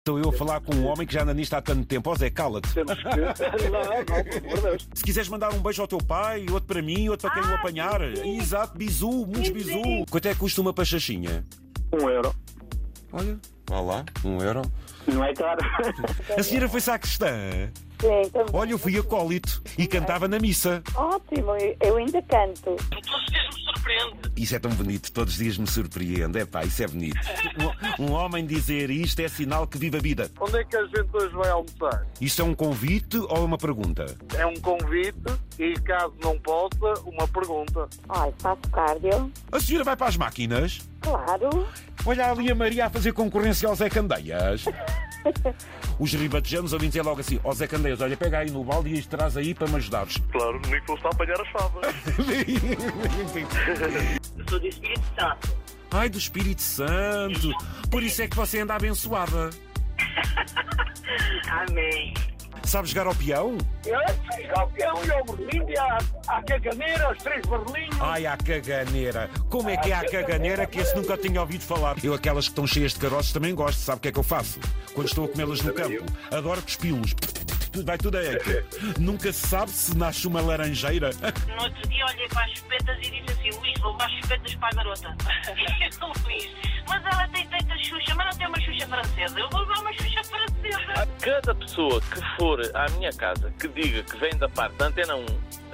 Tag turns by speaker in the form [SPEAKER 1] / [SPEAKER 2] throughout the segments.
[SPEAKER 1] Estou eu a falar com um homem que já anda nisto há tanto tempo. Ó Zé, cala-te.
[SPEAKER 2] Temos que. Não, não, por amor de Deus.
[SPEAKER 1] Se quiseres mandar um beijo ao teu pai, outro para mim, outro para quem o
[SPEAKER 3] Ah,
[SPEAKER 1] apanhar.
[SPEAKER 3] sim, sim.
[SPEAKER 1] Exato, bizu, muitos
[SPEAKER 3] Sim,
[SPEAKER 1] bizu.
[SPEAKER 3] sim.
[SPEAKER 1] Quanto é que custa uma pachachinha?
[SPEAKER 2] Um euro.
[SPEAKER 1] Olha, vá lá, um euro.
[SPEAKER 2] Não é caro.
[SPEAKER 1] A senhora foi sacristã.
[SPEAKER 3] Sim, então-
[SPEAKER 1] Olha, eu fui acólito e cantava na missa.
[SPEAKER 3] Ótimo, eu ainda canto.
[SPEAKER 1] Isso é tão bonito, todos os dias me surpreende. É pá, isso é bonito. Um, um homem dizer isto é sinal que vive a vida.
[SPEAKER 2] Onde é que a gente hoje vai almoçar?
[SPEAKER 1] Isto é um convite ou é uma pergunta?
[SPEAKER 2] É um convite e, caso não possa, uma pergunta.
[SPEAKER 3] Olha, faço cardio,
[SPEAKER 1] A senhora vai para as máquinas?
[SPEAKER 3] claro.
[SPEAKER 1] Olha ali a Maria a fazer concorrência ao Zé Candeias. Os ribatejanos ouvem dizer logo assim: Ó Zé Candeias, olha, pega aí no balde e isto traz aí para me ajudares.
[SPEAKER 2] Claro, o Nico está a apanhar as favas.
[SPEAKER 4] sou do Espírito Santo.
[SPEAKER 1] Ai, do Espírito Santo! Por isso é que você anda abençoada.
[SPEAKER 4] Amém.
[SPEAKER 1] Sabe jogar ao peão?
[SPEAKER 2] Eu sei, campeão, eu berlinde, a caganeira, os três berlinhos.
[SPEAKER 1] Ai, a caganeira! Como é que é a caganeira que esse nunca tinha ouvido falar? Eu, aquelas que estão cheias de caroços, também gosto. Sabe o que é que eu faço? Quando estou a comê-las no campo, adoro cuspi-los. Tudo- Vai tudo é aí. Nunca se sabe se nasce uma laranjeira.
[SPEAKER 4] No outro dia olhei para as chupetas e disse assim: Luís, vou levar as chupetas para a garota. E o Luís, mas ela tem tanta xuxa, mas não tem uma xuxa francesa. Eu vou levar uma xuxa francesa.
[SPEAKER 5] Cada pessoa que for à minha casa que diga que vem da parte da Antena 1,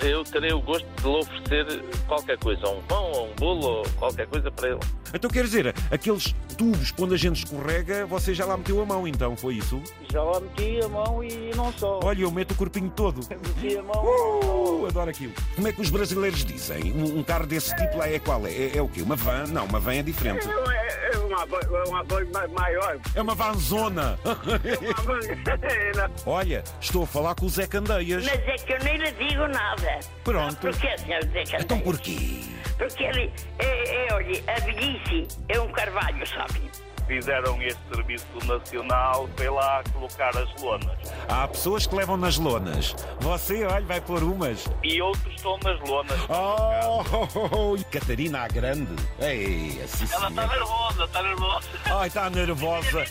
[SPEAKER 5] eu terei o gosto de lhe oferecer qualquer coisa, um pão ou um bolo ou qualquer coisa para ele.
[SPEAKER 1] Então quer dizer, aqueles tubos quando a gente escorrega, você já lá meteu a mão então, foi isso?
[SPEAKER 2] Já lá meti a mão e não só.
[SPEAKER 1] Olha, eu meto o corpinho todo.
[SPEAKER 2] Meti a mão.
[SPEAKER 1] Uh, adoro aquilo. Como é que os brasileiros dizem? Um, um carro desse tipo lá é qual? É, é, é o quê? Uma van? Não, uma van é diferente.
[SPEAKER 2] É é uma bo- é uma boi maior. É
[SPEAKER 1] É uma vanzona.
[SPEAKER 2] Uma bandeira.
[SPEAKER 1] Olha, estou a falar com o Zé Candeias.
[SPEAKER 6] Mas é que eu nem lhe digo nada.
[SPEAKER 1] Pronto.
[SPEAKER 6] Porque a senhora dizer que
[SPEAKER 1] Então porquê?
[SPEAKER 6] Porque ele, é, é, olha, a velhice é um carvalho, sabe?
[SPEAKER 7] fizeram este serviço nacional, foi lá colocar as lonas.
[SPEAKER 1] Há pessoas que levam nas lonas. Você, olha, vai pôr umas.
[SPEAKER 7] E outros estão nas lonas.
[SPEAKER 1] Oh, Catarina a Grande. Ei, assim
[SPEAKER 7] Ela está nervosa, está nervosa.
[SPEAKER 1] Ai, está nervosa.
[SPEAKER 4] é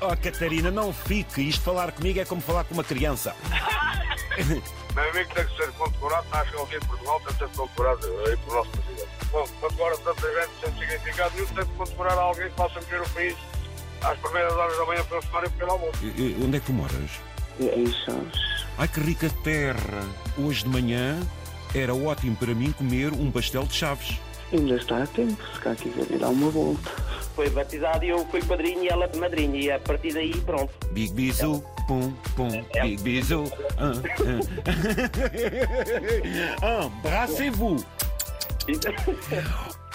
[SPEAKER 1] Oh, Catarina, não fique. Isto falar comigo é como falar com uma criança.
[SPEAKER 8] Meu amigo tem que ser condecorado, acho que alguém em Portugal tem que ser condecorado aí pelo nosso presidente. Bom, agora tanta gente sem significado nenhum, tem que condecorar alguém que faça melhor o país às primeiras horas da manhã para eles tomarem o pequeno almoço.
[SPEAKER 1] E- e Onde é que tu moras?
[SPEAKER 6] Em sons.
[SPEAKER 1] Ai, que rica terra. Hoje de manhã era ótimo para mim comer um pastel de chaves.
[SPEAKER 6] Ainda está a tempo, se cá quiserem dar uma volta.
[SPEAKER 9] Foi batizado e eu fui padrinho e ela madrinha. E a partir daí, pronto.
[SPEAKER 1] Big bizu, pum, pum, big bizu. Ah, ah. Ah, Brassez-vous.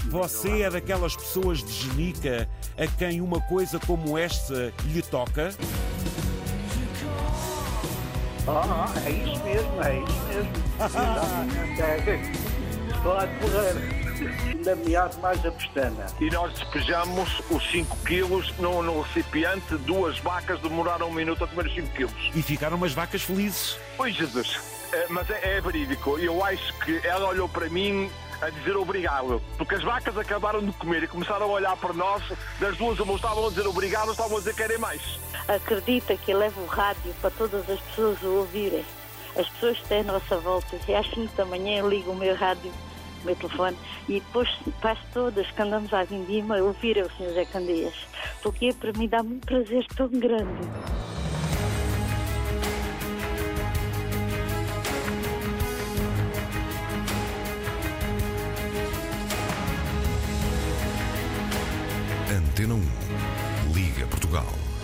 [SPEAKER 1] Você é daquelas pessoas de genica a quem uma coisa como esta lhe toca?
[SPEAKER 2] Ah, é isso mesmo, é isso mesmo. Exatamente, é. Estou a correr. Ainda me arde mais a pestana.
[SPEAKER 8] E nós despejamos os 5 quilos no, recipiente, duas vacas demoraram um minuto a comer os 5 quilos.
[SPEAKER 1] E ficaram umas vacas felizes.
[SPEAKER 8] Oi Jesus, mas é, verídico, eu acho que ela olhou para mim a dizer obrigado, porque as vacas acabaram de comer e começaram a olhar para nós, das duas uma estavam a dizer obrigado, estavam a dizer querem mais.
[SPEAKER 10] acredita que leva o rádio para todas as pessoas o ouvirem. As pessoas que têm à nossa volta. E às 5 da manhã eu ligo o meu rádio, o meu telefone, e depois passo todas que andamos à Vindima a ouvir é o Sr. Zé Candeias. Porque para mim dá-me um prazer tão grande.
[SPEAKER 11] Antena 1. Liga Portugal.